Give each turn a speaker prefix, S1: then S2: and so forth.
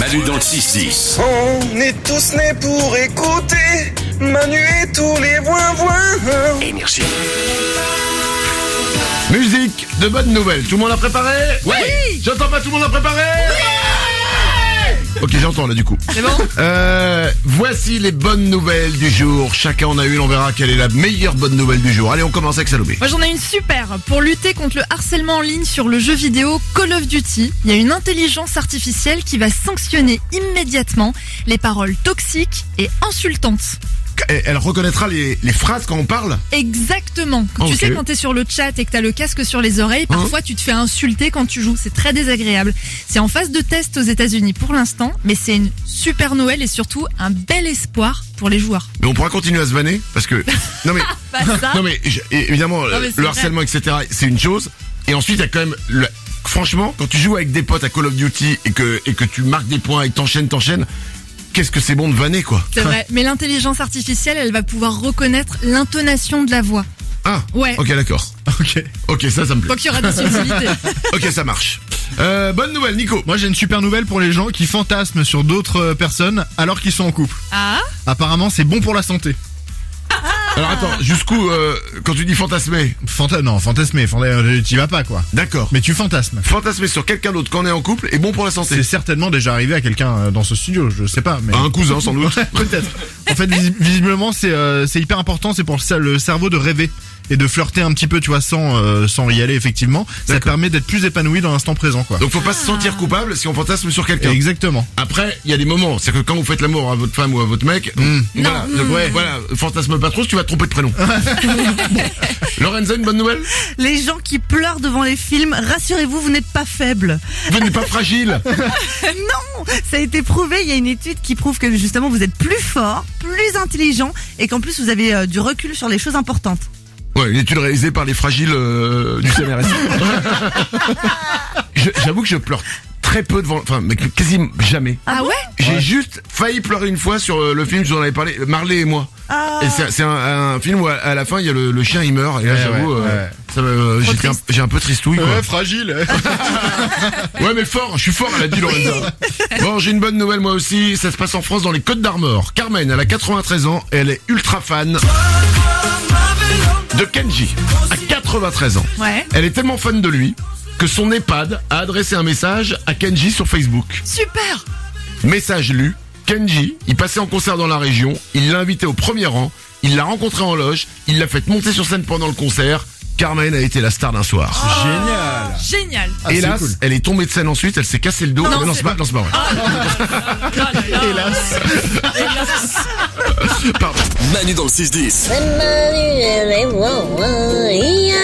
S1: Manu dans le 6-10.
S2: On est tous nés pour écouter Manu et tous les voix-voix.
S1: Énergie.
S3: Musique de bonnes nouvelles. Tout le monde l'a préparé Oui J'entends pas, tout le monde l'a préparé Ok, j'entends là du coup. C'est bon Voici les bonnes nouvelles du jour. Chacun en a une, on verra quelle est la meilleure bonne nouvelle du jour. Allez, on commence avec Salomé.
S4: Moi j'en ai une super. Pour lutter contre le harcèlement en ligne sur le jeu vidéo Call of Duty, il y a une intelligence artificielle qui va sanctionner immédiatement les paroles toxiques et insultantes.
S3: Et eh, Elle reconnaîtra les, les phrases quand on parle
S4: Exactement. Quand
S3: Ok.
S4: Tu sais quand t'es sur le chat et que t'as le casque sur les oreilles, parfois tu te fais insulter quand tu joues. C'est très désagréable. C'est en phase de test aux États-Unis pour l'instant, mais c'est une super Noël et surtout un bel espoir pour les joueurs.
S3: Mais on pourra continuer à se vanner parce que... Non mais...
S4: Pas ça.
S3: Non mais je- et- évidemment,
S4: mais
S3: le
S4: c'est vrai.
S3: harcèlement, etc. C'est une chose. Et ensuite, il y a quand même. le- Franchement, quand tu joues avec des potes à Call of Duty et que et que tu marques des points et que t'enchaînes, t'enchaînes, qu'est-ce que c'est bon de vanner quoi
S4: C'est vrai. Mais l'intelligence artificielle, elle va pouvoir reconnaître l'intonation de la voix.
S3: Ah.
S4: Ouais.
S3: Ok, d'accord.
S5: Ok.
S3: Ok, ça, ça me plaît.
S4: Donc il y aura des subtilités.
S3: Ok, ça marche. Euh, bonne nouvelle, Nico.
S5: Moi j'ai une super nouvelle pour les gens qui fantasment sur d'autres euh, personnes alors qu'ils sont en couple.
S4: Ah
S5: Apparemment c'est bon pour la santé.
S3: Alors attends, jusqu'où euh, quand tu dis fantasmer
S5: Fanta non, fantasmer, fantasmer, t'y vas pas quoi.
S3: D'accord.
S5: Mais tu fantasmes.
S3: Fantasmer sur quelqu'un d'autre quand on est en couple est bon pour la
S5: C'est
S3: santé.
S5: certainement déjà arrivé à quelqu'un euh, dans ce studio, je sais pas, mais...
S3: Un cousin sans doute.
S5: Peut-être. En fait, visi- visiblement, c'est euh, c'est hyper important. C'est pour le, cer- le cerveau de rêver et de flirter un petit peu, tu vois, sans euh, sans y aller effectivement. Ça
S3: D'accord.
S5: permet d'être plus épanoui dans l'instant présent, quoi.
S3: Donc faut pas se sentir coupable si on fantasme sur quelqu'un.
S5: Exactement.
S3: Après, il y a des moments, c'est que quand vous faites l'amour à votre femme ou à votre mec,
S5: Mm.
S3: voilà, donc, ouais, voilà, fantasme pas trop, si tu vas te tromper de prénom. Bon. Lorenzo, une bonne nouvelle
S6: Les gens qui pleurent devant les films, rassurez-vous, vous n'êtes pas faible.
S3: Vous n'êtes pas fragile.
S6: Non, ça a été prouvé. Il y a une étude qui prouve que justement vous êtes plus fort, plus intelligent et qu'en plus vous avez euh, du recul sur les choses importantes.
S3: Ouais, une étude réalisée par les fragiles euh, du CNRS. Je- J'avoue que je pleure très peu devant, enfin, mais quasiment jamais.
S4: Ah ouais
S3: J'ai juste failli pleurer une fois sur euh, le film, je vous en avais parlé, Marley et moi.
S6: Ah.
S3: Et c'est- c'est un, un film où à, à la fin, il y a le, le chien, il meurt, et là,
S5: Ouais,
S3: j'avoue,
S5: ouais,
S3: euh,
S5: ouais.
S3: ça me- j'étais un-
S4: triste.
S3: j'ai un, peu tristouille, quoi.
S5: fragile.
S3: Ouais mais fort, je suis fort, elle a dit Lorenza. Bon, j'ai une bonne nouvelle moi aussi, ça se passe en France dans les Côtes d'Armor. Carmen, elle a 93 ans et elle est ultra fan de Kenji, à 93 ans.
S4: Ouais.
S3: Elle est tellement fan de lui que son EHPAD a adressé un message à Kenji sur Facebook.
S4: Super
S3: Message lu, Kenji, il passait en concert dans la région, il l'a invité au premier rang, il l'a rencontré en loge, il l'a fait monter sur scène pendant le concert. Carmen a été la star d'un soir.
S5: Génial.
S4: Génial
S5: Ah, c'est
S3: Hélas,
S5: cool.
S3: elle est tombée de scène ensuite, elle s'est cassé le dos.
S4: Non,
S3: non,
S4: c'est
S3: c'est pas, non, c'est pas vrai.
S5: Hélas.
S3: Pardon.
S1: Manu dans le 6-10.
S7: Manu, les voix, voix, il y a